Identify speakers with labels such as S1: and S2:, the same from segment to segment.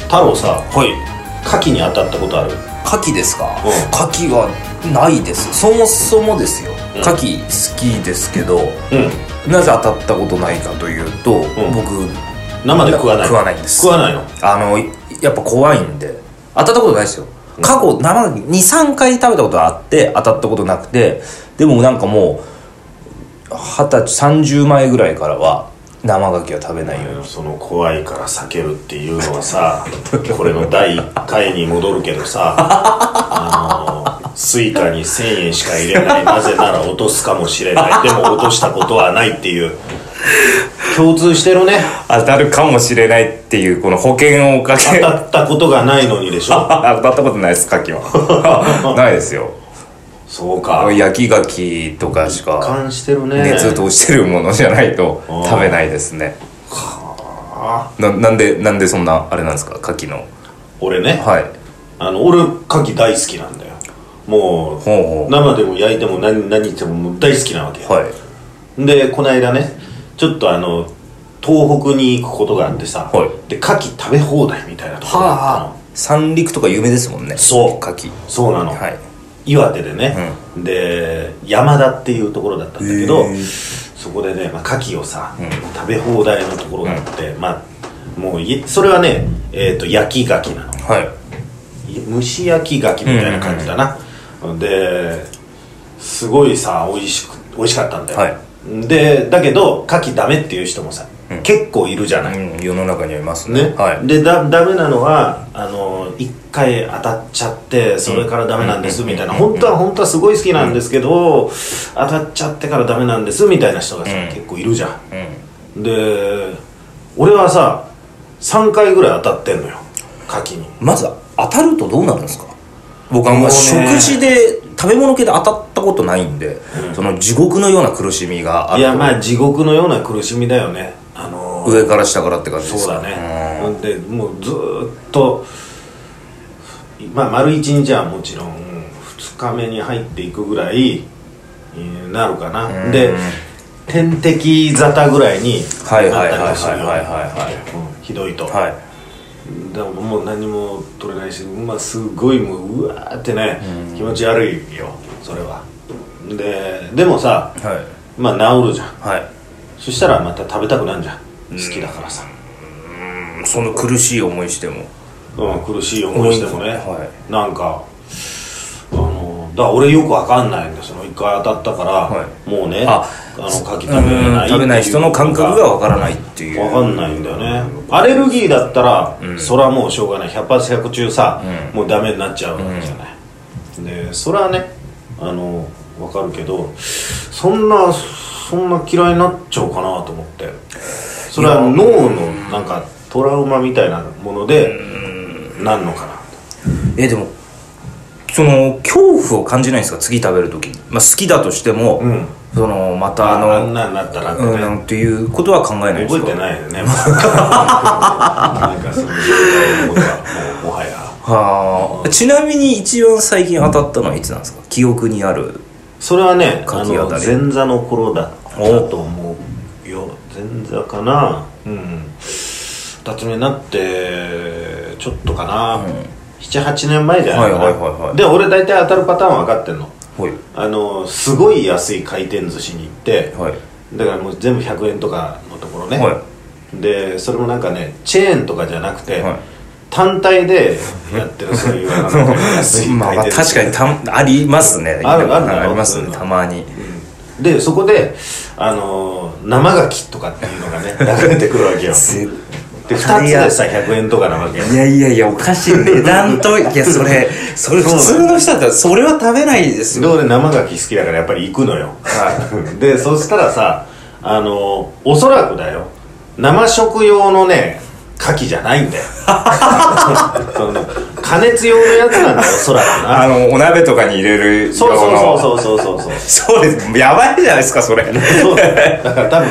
S1: 太郎さ
S2: はい
S1: 牡蠣に当たったことある
S2: 牡蠣ですか
S1: うん
S2: 牡蠣はないですそもそもですよ
S1: うん
S2: 牡蠣好きですけど、
S1: うん
S2: なぜ当たったことないかというと、
S1: ん
S2: 僕
S1: 生で食わない
S2: 食わないんです
S1: 食わないの
S2: あのいやっぱ怖いんで当たったことないですよ過去生で23回食べたことあって当たったことなくてでもなんかもう二十歳30前ぐらいからは生牡蠣は食べないように
S1: その怖いから避けるっていうのは さこれの第1回に戻るけどさあのスイカに1000円しか入れないなぜなら落とすかもしれないでも落としたことはないっていう共通して るね
S2: 当たるかもしれないっていうこの保険をかけ
S1: 当たったことがないのにでしょ
S2: 当たったことないです牡蠣は ないですよ
S1: そうか
S2: 焼き牡蠣とかしか
S1: 感してるね
S2: 熱通してるものじゃないと食べないですねななんでなんでそんなあれなんですか牡蠣の
S1: 俺ね、
S2: はい
S1: あの俺牡蠣大好きなんだよもう
S2: ほうほう
S1: 生でも焼いても何何してももう大好きなわけよ、
S2: はい
S1: でこの間ねちょっとあの東北に行くことがあってさ、
S2: はい
S1: で牡蠣食べ放題みたいなところがあったの、
S2: 三陸とか有名ですもんね
S1: そう
S2: 牡蠣
S1: そうなの、
S2: はい
S1: 岩手でね、で山田っていうところだったんだけど
S2: へー
S1: そこでねまあ牡蠣、をさ、食べ放題のところがあって、まあもういそれはね、えー、と焼き牡蠣なの
S2: はい
S1: 蒸し焼き牡蠣みたいな感じだな、ですごいさ美味しく美味しかったんだよ、
S2: は
S1: でだけど牡蠣ダメっていう人もさ、結構いるじゃない、
S2: うん世の中にはいますね
S1: ね、
S2: はい
S1: でだダメなのはあの一回当たっちゃってそれからダメなんですみたいな本当は本当はすごい好きなんですけど、当たっちゃってからダメなんですみたいな人がさ、結構いるじゃん、で俺はさ3回ぐらい当たってんのよ牡蠣に
S2: まず当たるとどうなるんですか僕はも
S1: もう
S2: う
S1: ね
S2: 食事で食べ物系で当たったことないんで、その地獄のような苦しみがあ
S1: い
S2: る
S1: やまあ地獄のような苦しみだよねあのー
S2: 上から下からって感じです
S1: そう
S2: か
S1: だねでもうずーっとまあ丸一日はもちろん2日目に入っていくぐらいになるかなで天敵沙汰ぐらいにな
S2: はいはいはい
S1: ったりするよ
S2: はいはいはい
S1: うんひどいと、
S2: はい
S1: だからもう何も取れないし、まあ、すごいもううわーってね気持ち悪いよそれはででもさ
S2: はい
S1: まあ治るじゃん
S2: はい
S1: そしたらまた食べたくなんじゃん好きだからさ、
S2: その苦しい思いしても
S1: うん、苦しい思いしてもね、
S2: は
S1: なんかあのだから俺よくわかんないんだその一回当たったから、
S2: はい
S1: もうねあ
S2: あ
S1: の柿食べれない
S2: うん食べない人の感覚がわからないっていう
S1: わかんないんだよねアレルギーだったら、それはもうしょうがない100発100中さ、もうダメになっちゃうわけじゃない、でそれはねあのわかるけどそんなそんな嫌いになっちゃうかなと思ってそれは脳のなんかトラウマみたいなものでなんのかな
S2: えでもその恐怖を感じないんですか次食べる時に、まあ、好きだとしても、
S1: うん
S2: そのまたあ
S1: あ
S2: の
S1: んなになったらって
S2: うん、
S1: ね
S2: なんていうことは考えないんです
S1: 覚え
S2: か
S1: てないよ ねなんかそのいうことはもうもはや
S2: はあちなみに一番最近当たったのはいつなんですか記憶にある
S1: それはねあ
S2: 柿あ
S1: の
S2: たり
S1: 前座の頃だったと思うよ前座かなうん二つ目になってちょっとかな、78年前じゃないかな、
S2: はいはいはいはい
S1: で俺大体当たるパターン分かってんの
S2: はい
S1: あのすごい安い回転寿司に行って、
S2: はい
S1: だからもう全部100円とかのところね、
S2: は
S1: でそれもなんかねチェーンとかじゃなくて、
S2: はい
S1: 単体でやってるそういうあの安い
S2: まあ、ま
S1: 回
S2: あ
S1: 転寿司
S2: 確かにたありますね
S1: あるあるだろ
S2: あります
S1: そう
S2: ね
S1: いうの
S2: たまに
S1: でそこで、あのー生牡蠣とかっていうのがね 流れてくるわけよ
S2: ぜ
S1: で2つでさ100円とかなわけよ
S2: いやいやいやおかしい値段 といやそれそれ普通の人だったらそれは食べないです
S1: で
S2: よ
S1: 俺生牡蠣好きだからやっぱり行くのよ でそしたらさあのーおそらくだよ生食用のね牡蠣じゃないんだよ その加熱用のやつなんだよおそらく な
S2: のお鍋とかに入れる
S1: そうそう
S2: う
S1: そうそうそうそうそう
S2: そうですやばいじゃないですかそ れ
S1: そうだよだから多分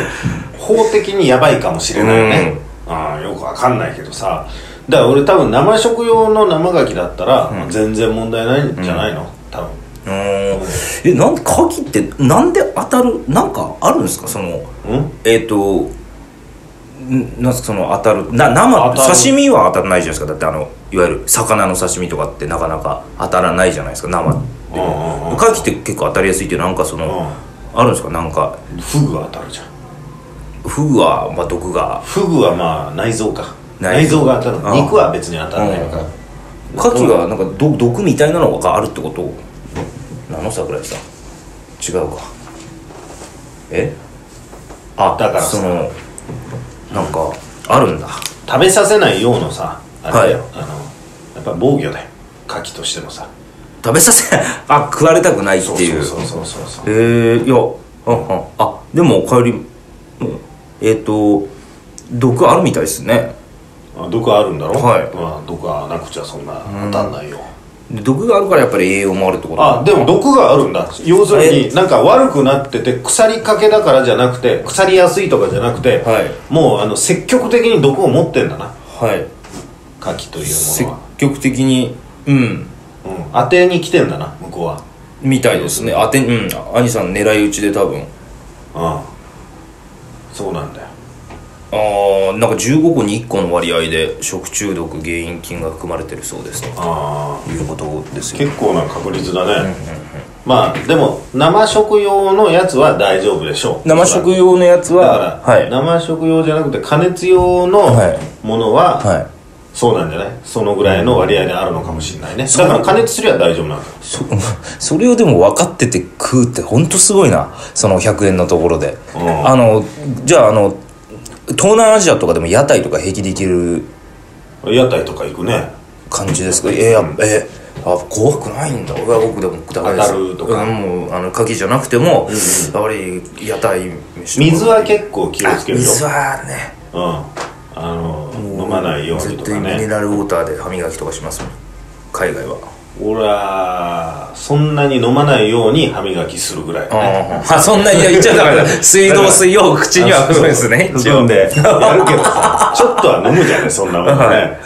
S1: 法的にやばいかもしれないね、ああよくわかんないけどさだから俺多分生食用の生牡蠣だったら、全然問題ないんじゃないの、多分
S2: うーんえなん牡蠣ってなんで当たるなんかあるんですかその
S1: うん
S2: えっ、とんなんすかその当たるな生
S1: 当たる
S2: 刺身は当たらないじゃないですかだってあのいわゆる魚の刺身とかってなかなか当たらないじゃないですか生で
S1: うんうんう
S2: も牡蠣って結構当たりやすいっていうなんかそのあるんですかなんか
S1: フグは当たるじゃん
S2: フグは、まあ、毒が
S1: フグはまあ内臓か
S2: 内
S1: 内
S2: 臓
S1: 臓が当た
S2: あ
S1: る
S2: ー
S1: 肉は別に当たらないのか
S2: うん牡蠣はなんか毒毒みたいなのがあるってことなの桜井さん違うかえあ
S1: だからさ
S2: そのなんかあるんだ
S1: 食べさせないようのさあれだよ、
S2: はい
S1: あのやっぱ防御だよ牡蠣としてのさ
S2: 食べさせ あ食われたくないっていう
S1: そうそうそうそうそう
S2: えー、いやうんうんあでも帰りうんえっ、と毒あるみたいですね
S1: あ毒あるんだろ
S2: はい
S1: まあ、毒はなくちゃそんな当たんないよ、
S2: で毒があるからやっぱり栄養もあるってこと
S1: あでも毒があるんだ要するになんか悪くなってて腐りかけだからじゃなくて腐りやすいとかじゃなくて、
S2: はい
S1: もうあの積極的に毒を持ってんだな
S2: はい
S1: 牡蠣という
S2: 積
S1: ものは、
S2: 極的にうん
S1: うん、当てに来てんだな向こうは
S2: みたいですね当てうん兄さん狙い撃ちで多
S1: う
S2: 分
S1: んそうなんだよ
S2: ああなんか15個に1個の割合で食中毒原因菌が含まれてるそうですと
S1: ああ
S2: いうことですよ
S1: 結構な確率だね、まあでも生食用のやつは大丈夫でしょう
S2: 生食用のやつ
S1: だか
S2: は
S1: ら、
S2: はい
S1: 生食用じゃなくて加熱用の
S2: はい
S1: ものは、
S2: はい
S1: そうなんじゃないそのぐらいの割合であるのかもしれないねだから加熱すりゃ大丈夫なんだよ
S2: そ それをでも分かってて食うってほんとすごいなその100円のところで、
S1: うん
S2: あのじゃああの東南アジアとかでも屋台とか平気で行ける
S1: 屋台とか行くね
S2: 感じですかえー、やえーあ怖くないんだいや僕でも当
S1: 当たるとか
S2: もうあの牡蠣じゃなくても、やっぱり屋台飯とか
S1: 水は結構気をつけるよ
S2: 水はね
S1: うんあの飲まないようにと
S2: 絶
S1: か
S2: 対ミネ
S1: ね
S2: ラルウォーターで歯磨きとかしますもん海外は
S1: 俺はそんなに飲まないように歯磨きするぐらいだね
S2: あそんなに言っちゃダメ だ水道水を口には含むんですね一
S1: 飲
S2: 応
S1: んでやるけ どさちょっとは飲むじゃないそんなもんね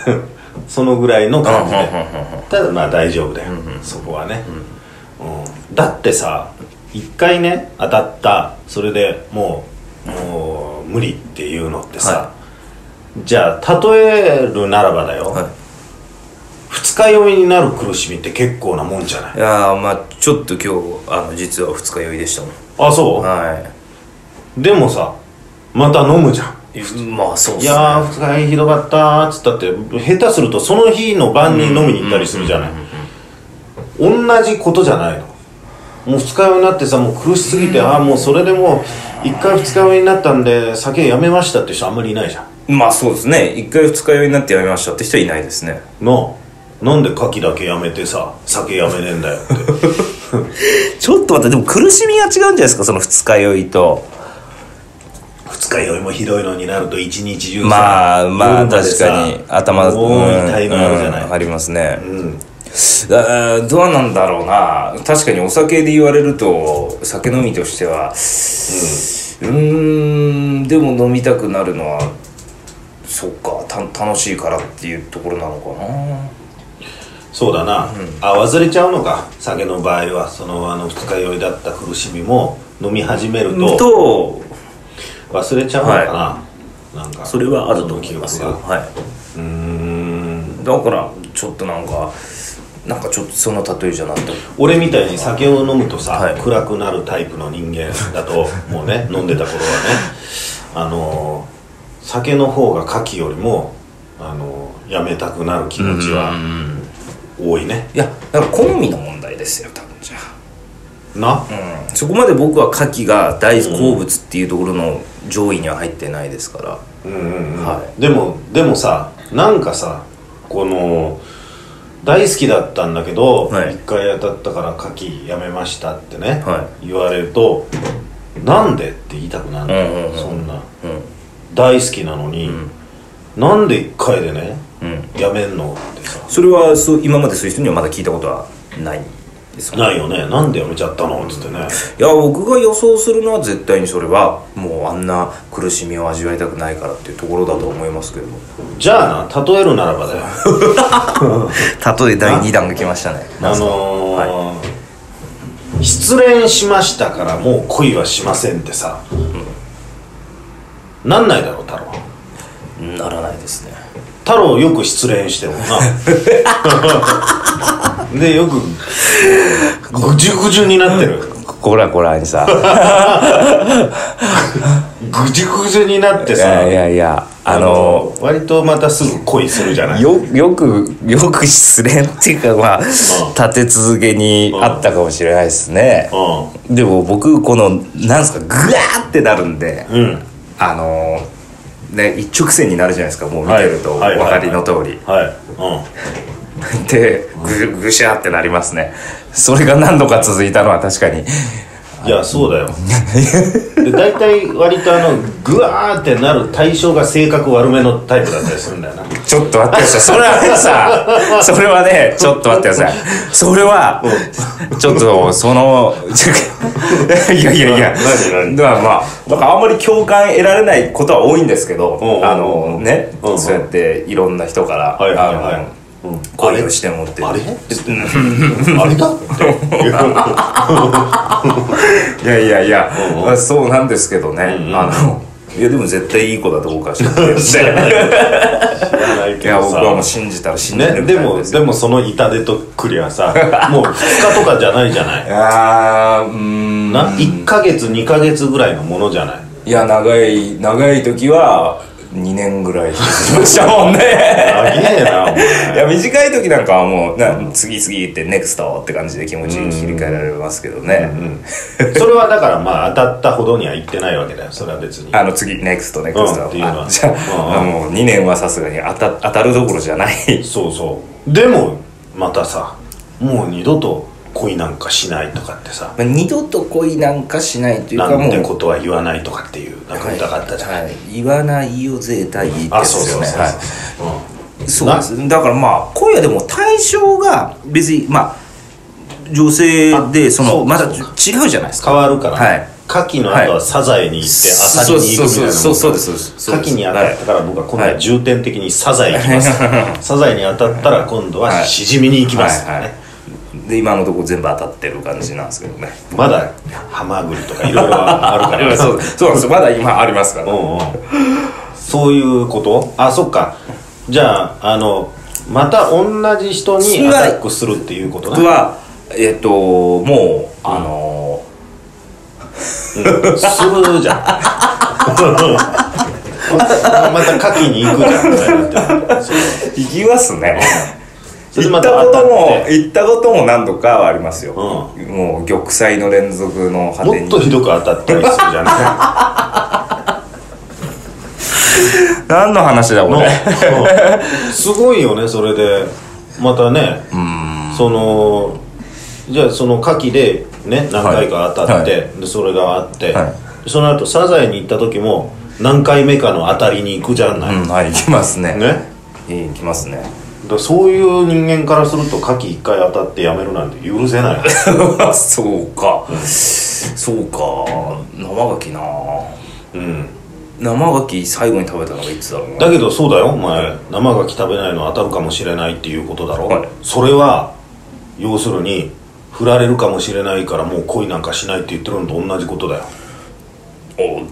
S1: そのぐらいの感じでただまあ大丈夫だよそこはねうんだってさ一回ね当たったそれでもうもう無理っていうのってさ
S2: は
S1: じゃあ例えるならばだよ
S2: はい
S1: 二日酔いになる苦しみって結構なもんじゃない
S2: いやーまあちょっと今日あの実は二日酔いでしたも
S1: あ
S2: ん
S1: そ
S2: は
S1: うでもさまた飲むじゃん
S2: いまあそうっ
S1: い
S2: すね
S1: やー二日酔いひどかったーっつったって下手するとその日の晩に飲みに行ったりするじゃない同じことじゃないのもう二日酔いになってさもう苦しすぎてああもうそれでもう一回二日酔いになったんで酒やめましたって人あんまりいないじゃん
S2: まあそうですね一回二日酔いになってやめましたって人はいないですね
S1: なあなんで牡蠣だけやめてさ酒やめねえんだよって
S2: ちょっと待ってでも苦しみが違うんじゃないですかその二日酔いと
S1: 二日酔いもひどいのになると一日中さ
S2: まあ
S1: 夜
S2: まあ
S1: まで
S2: 確
S1: さ
S2: かに頭
S1: もう痛いのあるじゃない、
S2: うんありますね、
S1: うん
S2: あーどうなんだろうな確かにお酒で言われると酒飲みとしてはうーんでも飲みたくなるのはそっかた楽しいからっていうところなのか
S1: そうだな、あ忘れちゃうのか酒の場合はそのあの二日酔いだった苦しみも飲み始める
S2: な
S1: と
S2: と
S1: 忘れちゃうのかな、なんか
S2: それはあると思いますよ
S1: その記憶が
S2: は
S1: うーん
S2: いだからちょっとなんかなんかちょっとその例えじゃなくて
S1: 俺みたいに酒を飲むとさ、
S2: はい
S1: 暗くなるタイプの人間だともう ね飲んでた頃はねあのー酒の方が牡蠣よりもあのーやめたくなる気持ちは多いね、
S2: いやなんか好みの問題ですよ多分じゃあ
S1: な、
S2: うんそこまで僕は牡蠣が大好物っていうところの上位には入ってないですから、
S1: うんうんうん
S2: は
S1: でもでもさなんかさこの大好きだったんだけど、一
S2: はい
S1: 回当たったから牡蠣やめましたってね、
S2: は
S1: 言われるとなんでって言いたくなるの、
S2: うんうんうん
S1: そんな
S2: うん
S1: 大好きなのに、なんで一回でね、
S2: うん
S1: やめんのってさ
S2: それはそう今までそういう人にはまだ聞いたことはないですか
S1: ないよねなんでやめちゃったのっつってね
S2: いや僕が予想するのは絶対にそれはもうあんな苦しみを味わいたくないからっていうところだと思いますけど
S1: じゃあな例えるならばだよ
S2: 例え第2弾が来ましたね
S1: あのー失恋しましたからもう恋はしませんってさ、なんないだろう太郎
S2: ならないですね
S1: 太郎よく失恋しても なでよくぐじゅぐじゅになってる
S2: こらこらにさ
S1: ぐじゅぐじゅになって
S2: い
S1: さ
S2: やいやいやあの
S1: 割とまたすぐ恋するじゃない
S2: よよくよく失恋っていうかまあ立て続けにあったかもしれないですね
S1: う
S2: でも僕このなんすかグワーってなるんで
S1: んうん
S2: あのね一直線になるじゃないですかもう見てるとお
S1: はい
S2: 分
S1: はい
S2: かりの通り
S1: はい
S2: でぐぐしゃーってなりますねそれが何度か続いたのは確かに
S1: うんいやそう だよで大体割とあのグワーってなる対象が性格悪めのタイプだったりするんだよな
S2: ちょっと待ってくださいそれはねさそれはねちょっと待ってくださいそれはちょっとそのちょいやいやいや
S1: 何何
S2: まあまあだからあんまり共感得られないことは多いんですけど
S1: うんうんうん
S2: あのね
S1: うん
S2: そうやっていろんな人から
S1: はいはいはい
S2: あの
S1: うん
S2: 恋をしてもって
S1: あれあれだって
S2: いやいやいや、まあそうなんですけどね、
S1: んうん
S2: あのいやでも絶対いい子だと僕は信じてるん で
S1: ない
S2: い
S1: け
S2: や
S1: ど
S2: 僕
S1: さ
S2: はもう信じたら信じて
S1: ね、
S2: る
S1: で
S2: タイプ
S1: も
S2: す
S1: でもその痛手とクリア さもう2日とかじゃないじゃない
S2: あーうーん
S1: な1ヶ月2ヶ月ぐらいのものじゃない
S2: いや長い長い時は2年ぐらいしましたもんね
S1: あげえなお
S2: い
S1: 前
S2: や短い時なんかはもうな次々ってネクストって感じで気持ち切り替えられますけどね、
S1: それはだからまあ当たったほどには言ってないわけだよそれは別に
S2: あの次ネクストネクスト、
S1: うんっていうのは
S2: あじゃあ,、
S1: うん
S2: もう2年はさすがに当た当たるどころじゃない
S1: そうそうでもまたさもう二度と恋なんかしないとかってさ
S2: まあ二度と恋なんかしないという
S1: な
S2: か
S1: ん
S2: も
S1: て
S2: う
S1: ことは言わないとかっていうなんか歌があったじゃん、
S2: はい、言わないよ絶対って
S1: あ
S2: やつ
S1: そう
S2: で
S1: そ
S2: す
S1: う
S2: よね
S1: そう、
S2: はいそう
S1: な
S2: ですだからまあ恋はでも対象が別にまあ女性でそ
S1: あ
S2: の
S1: そうか
S2: また違
S1: そう
S2: うじゃないですか
S1: 変わるから、
S2: はい
S1: 牡蠣の後はサザエに行って、アサリに行くみたいなもん
S2: そうそうそうそうそうですそうです
S1: 牡蠣に当たったから僕は今度
S2: は
S1: はい重点的にサザエ行きます、 サザエに当たったら今度はシジミに行きます、
S2: はいはいで今のところ全部当たってる感じなんですけどね
S1: まだハマグリとかいろいろあるから
S2: そうそうなんですよまだ今ありますから
S1: うんうんそういうことあそっかじゃああのまた同じ人にアタックするっていうこと
S2: 僕
S1: ね、
S2: はえっともうあの
S1: うんするじゃん また牡蠣に行くじゃんみたいになってるそう
S2: 行きますね
S1: それでま
S2: 行ったたこと
S1: 当た
S2: も
S1: って
S2: 行ったことも何度かはありますよ、
S1: う
S2: もう玉砕の連続の果て
S1: もっ
S2: に
S1: とひどく当たったりするじゃな
S2: 何の話だこれ
S1: いうん すごいよねそれでまたねそのじゃあその牡蠣でね何回か当たって、
S2: は
S1: でそれがあって、
S2: は
S1: その後サザエに行った時も何回目かの当たりに行くじゃない、
S2: うんはい行きますね
S1: ね
S2: 行きますね
S1: だからそういう人間からすると牡蠣一回当たってやめるなんて許せ ない
S2: そうかそうか生牡蠣な
S1: うん
S2: 生牡蠣最後に食べたのがいつだろうな
S1: だけどそうだよお前生牡蠣食べないの当たるかもしれないっていうことだろ、
S2: はい
S1: それは要するに振られるかもしれないからもう恋なんかしないって言ってるのと同じことだよ
S2: お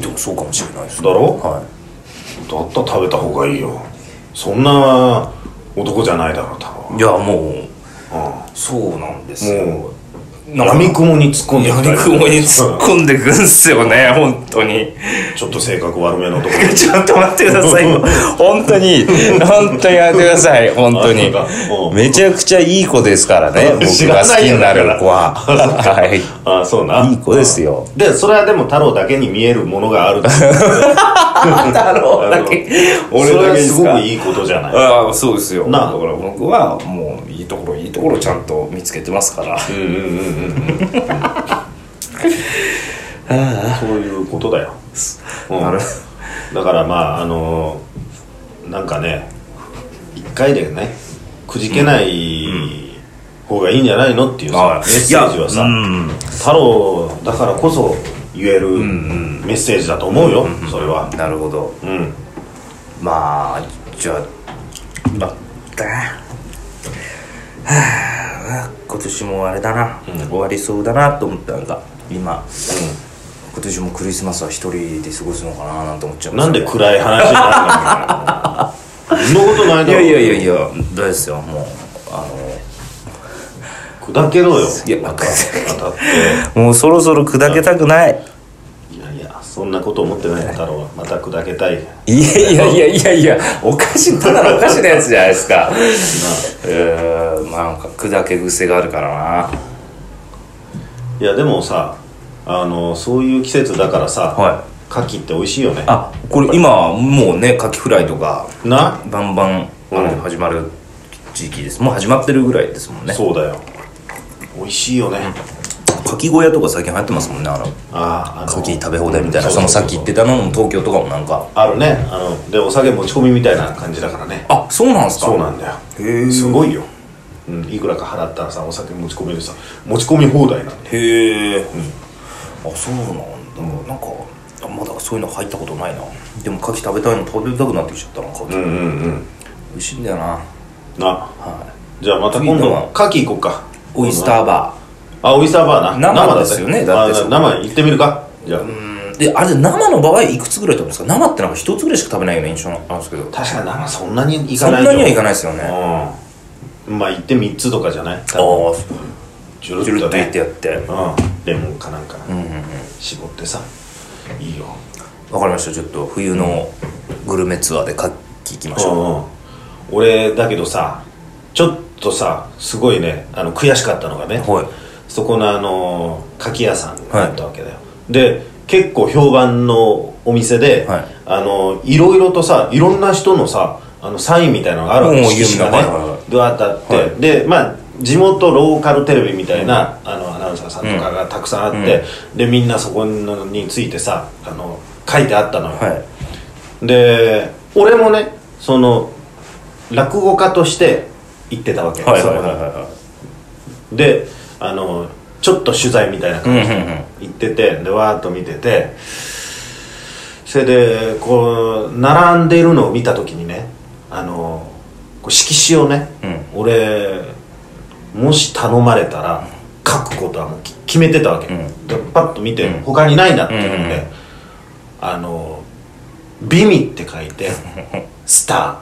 S2: でもそうかもしれないです
S1: だろだ
S2: は
S1: ったら食べた方がいいよそんな男じゃないだろう多分
S2: いいやもう
S1: う
S2: そうなんです
S1: ん
S2: よ
S1: もう
S2: なんか
S1: 闇雲に突っ込んできた
S2: 闇
S1: よ
S2: 雲に突っ込んでくんすよね本当に
S1: ちょっと性格悪めの男
S2: ちょっと待ってくださいよ本当に本当にやってください本当に
S1: あそうかうん
S2: めちゃくちゃいい子ですからね僕
S1: 知
S2: が
S1: ら
S2: 好
S1: な
S2: き
S1: いよ
S2: になる子ははい
S1: ああそうない
S2: いい子ですよ
S1: でそれはでも太郎だけに見えるものがあるっていう
S2: だろうだけ 俺
S1: それ
S2: だけ
S1: は
S2: ですす
S1: ご
S2: か
S1: くいいことじゃない
S2: ああそうですよ
S1: なあ
S2: だから僕はもういいところいいところちゃんと見つけてますから
S1: うんうんうんうんうんそういうことだよ、うん
S2: なる
S1: だからまああのなんかね一回でねくじけない方がいいんじゃないのっていうさ、
S2: はい
S1: メッセージはさ、
S2: いやうん
S1: 太郎だからこそ言えるメッセージだと思うよ、それは
S2: なるほど
S1: うん
S2: まあじゃあだったなはあ今年もあれだな、終わりそうだなと思ったのが今、今年もクリスマスは一人で過ごすのかななんて思っちゃいます
S1: なんで暗い話になるのそんなことない
S2: い
S1: だ
S2: や
S1: ろ
S2: いやいやいやどうですよもうあ
S1: 砕けろよ
S2: いや
S1: また当たって
S2: のもうそろそろ砕けたくない
S1: いやいやそんなこと思ってないだろうまた砕けたいない
S2: やいやいやいやいやお菓子ただのお菓子のやつじゃないですかうーんなんか砕け癖があるから
S1: いやでもさあのそういう季節だからさ、
S2: なは
S1: 牡蠣って美味しいよね
S2: あこれ今もうねカキフライとか
S1: な、
S2: バンバンあ
S1: う
S2: れ
S1: ん
S2: 始まる時期ですもう始まってるぐらいですもんね
S1: そうだよ美味しいよね、
S2: かき小屋とか最近流行ってますもんねあの
S1: あああの
S2: かき食べ放題みたいな
S1: うん
S2: そのさっき言ってたのも東京とかもなんか
S1: あるねあのでお酒持ち込みみたいな感じだからね
S2: あそうなんですか
S1: そうなんだよ
S2: へえ
S1: すごいよ、うん、いくらか払ったらさお酒持ち込めるさ持ち込み放題なんで
S2: へえ、あそうなんだ、なんかあまだそういうの入ったことないなでも牡蠣食べたいの食べたくなってきちゃったな牡蠣、
S1: うんうんうん
S2: 美味しいんだよな
S1: な、じゃあまた今
S2: 次
S1: 度
S2: は
S1: 牡蠣行こうか
S2: オイスターバ
S1: あオイスターバーな
S2: 生
S1: だ
S2: ですよねだって
S1: あ
S2: そう
S1: 生行ってみるかじゃあ、
S2: ー、であれで生の場合いくつぐらい食べるんですか生ってなんか一つぐらいしか食べないような印象なんですけど
S1: 確かに生そんなに行
S2: そ
S1: か
S2: ん
S1: な
S2: ないに
S1: よ
S2: はいかないですよねあ
S1: うんまあ行って3つとかじゃない
S2: あー
S1: ジュル
S2: ジュル
S1: ッ
S2: ッ
S1: と
S2: といっ
S1: ね
S2: てやって
S1: うんレモンかなんか
S2: うんうんうん
S1: 絞ってさいいよ
S2: わかりましたちょっと冬のグルメツアーで牡蠣行きましょ
S1: う
S2: う
S1: ん俺だけどさちょっとさすごいねあの悔しかったのがね
S2: はい
S1: そこのあの柿屋さんがあったわけだよ、で結構評判のお店で、
S2: はい
S1: あのいろいろとさいろんな人のさあのサインみたいなのがあるわけ
S2: うん
S1: 色紙がね
S2: 有名なはいはいはい
S1: ドワーッとあって、でまあ地元ローカルテレビみたいな、あのアナウンサーさんとかがたくさんあって、でみんなそこについてさあの書いてあったのよ、
S2: はい
S1: で俺もねその落語家として行ってたわけ、
S2: はいはい
S1: そ
S2: はい
S1: こに
S2: は
S1: であのちょっと取材みたいな感じ
S2: うんうんうん
S1: で行っててでわーっと見ててそれでこう並んでいるのを見た時にねあのこう色紙をね、俺もし頼まれたら書くことはもうき決めてたわけ、
S2: ん
S1: でパッと見て、他にないなっていうので、
S2: うんうんうん
S1: あの「美味」って書い て「スター」っ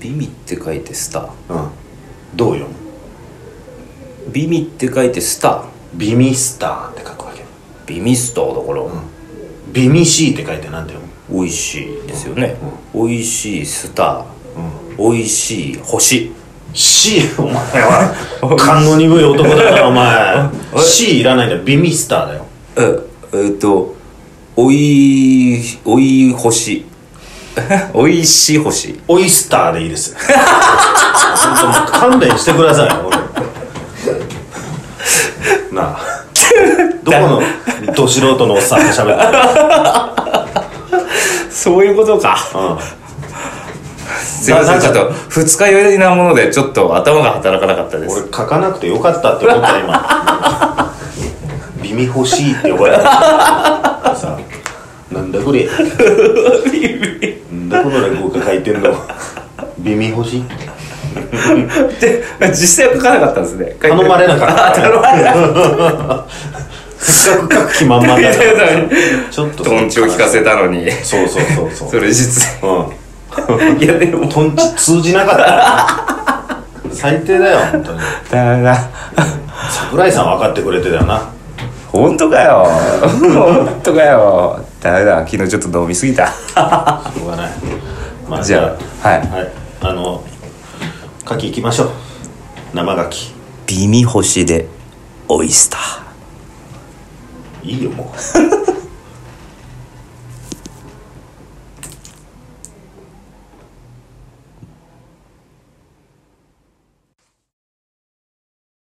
S1: て、
S2: いビミって書いてスター
S1: うん、どう読む
S2: ビミって書いてスター
S1: 美味スターって書くわけ
S2: ビミスターだから、
S1: 美味しいって書いてなんだよ、
S2: 美味しいですよね、美味しいスター、美味しい 星
S1: C お前は勘の鈍い男だ からお前 C いらないんだよビミスターだよ
S2: ええっとおいおい星 おいしい星
S1: オイスターでいいですちょっともう勘弁してください俺なあどこのど素人のおっさんが喋ってる
S2: そういうことか
S1: うん
S2: すいませ
S1: なんん
S2: ち
S1: か
S2: ょっと二日酔いなものでちょっと頭が働かなかったで
S1: 俺
S2: す
S1: 書かなくてよかったって思った今ビミ欲しいって呼ばれたさなんだこ れなんだこの落語家書いてんのビミ欲しい
S2: で実際は書かなかったんですね
S1: 頼まれなかった
S2: あ 頼まれなかっ
S1: せっかく書く気満々だから
S2: た
S1: ちょっ と
S2: トンチを聞かせたのに
S1: そうそうそうそ
S2: そうれ実
S1: う
S2: 際 いやでも
S1: んトンチ通じなかったよ最低だよ本当に
S2: だな
S1: 桜井さん分かってくれてたよな
S2: 本当かよ本当かよダメだ昨日ちょっと飲みすぎた
S1: しょうがないまあ
S2: じゃあはい
S1: はいあの牡蠣いきましょう生牡蠣
S2: 「美味星でオイスター
S1: いいよもう